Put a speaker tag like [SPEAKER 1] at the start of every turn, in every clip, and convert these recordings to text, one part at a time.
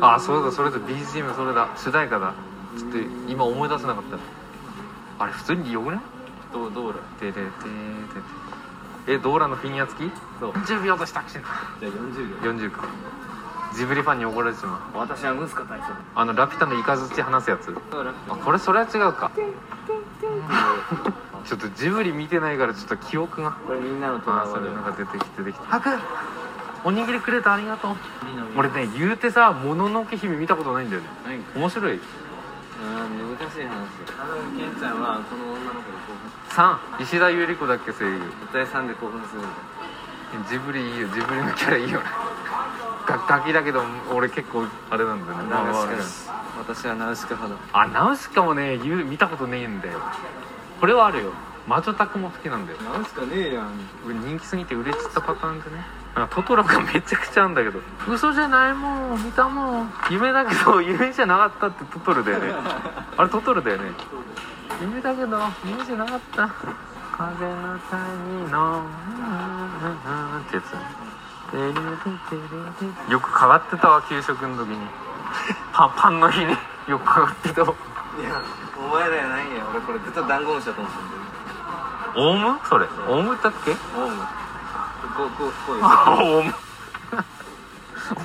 [SPEAKER 1] あそうだそれだ BGM それだ主題歌だちょっと今思い出せなかったあれ普通によくない
[SPEAKER 2] どうどうだ
[SPEAKER 1] でででででえドーラのフィギュア付き
[SPEAKER 2] そう
[SPEAKER 1] 40秒としたくしん
[SPEAKER 2] じゃあ40秒
[SPEAKER 1] 40かジブリファンに怒られてしまう
[SPEAKER 2] 私はムスカ大佐
[SPEAKER 1] あのラピュタのイカズチ話すやつ
[SPEAKER 2] そうだ
[SPEAKER 1] あこれそれは違うかちょっとジブリ見てないからちょっと記憶が
[SPEAKER 2] これみんなのと
[SPEAKER 1] あ
[SPEAKER 2] ら
[SPEAKER 1] ーそ
[SPEAKER 2] わ
[SPEAKER 1] れ
[SPEAKER 2] れ
[SPEAKER 1] なんか出てきて出てきてハクおにぎりくれてありがとう
[SPEAKER 2] みんなみんな
[SPEAKER 1] 俺ね言うてさ「もののけ姫」見たことないんだよね
[SPEAKER 2] ないんか
[SPEAKER 1] 面白い
[SPEAKER 2] あー難しい話あのケンちゃんはこの女の子に興奮
[SPEAKER 1] 3石田ゆり子だっけ声優
[SPEAKER 2] 絶対3で興奮するんだ
[SPEAKER 1] ジブリいいよジブリのキャラいいよね がガキだけど俺結構あれなんだよね
[SPEAKER 2] ナウシ
[SPEAKER 1] まあま
[SPEAKER 2] カです私はナウシカ派だ
[SPEAKER 1] ああナウシカもね言う見たことねえんだよこれはあるよ魔女宅も好きなんだよ
[SPEAKER 2] ナウシカねえやん
[SPEAKER 1] 人気すぎて売れちったパターンでねあトトロがめちゃくちゃあんだけど嘘じゃないもん見たもん夢だけど夢じゃなかったってトトロだよねあれトトロだよね夢だけど夢じゃなかった風の谷のうんうんうんってやつてれれてれれよく変わってたわ給食の時にパンパンの日によく変わってたわ
[SPEAKER 2] いやお前らやないんや俺これずっとダンゴムシだと思ってんだよ
[SPEAKER 1] オウムそれオウムだっけ
[SPEAKER 2] オウムこうこうこういう
[SPEAKER 1] あおむ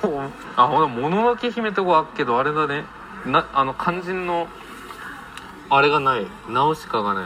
[SPEAKER 1] おむあほら「もののけ姫」とこあっけどあれだねなあの肝心のあれがないナウシカがない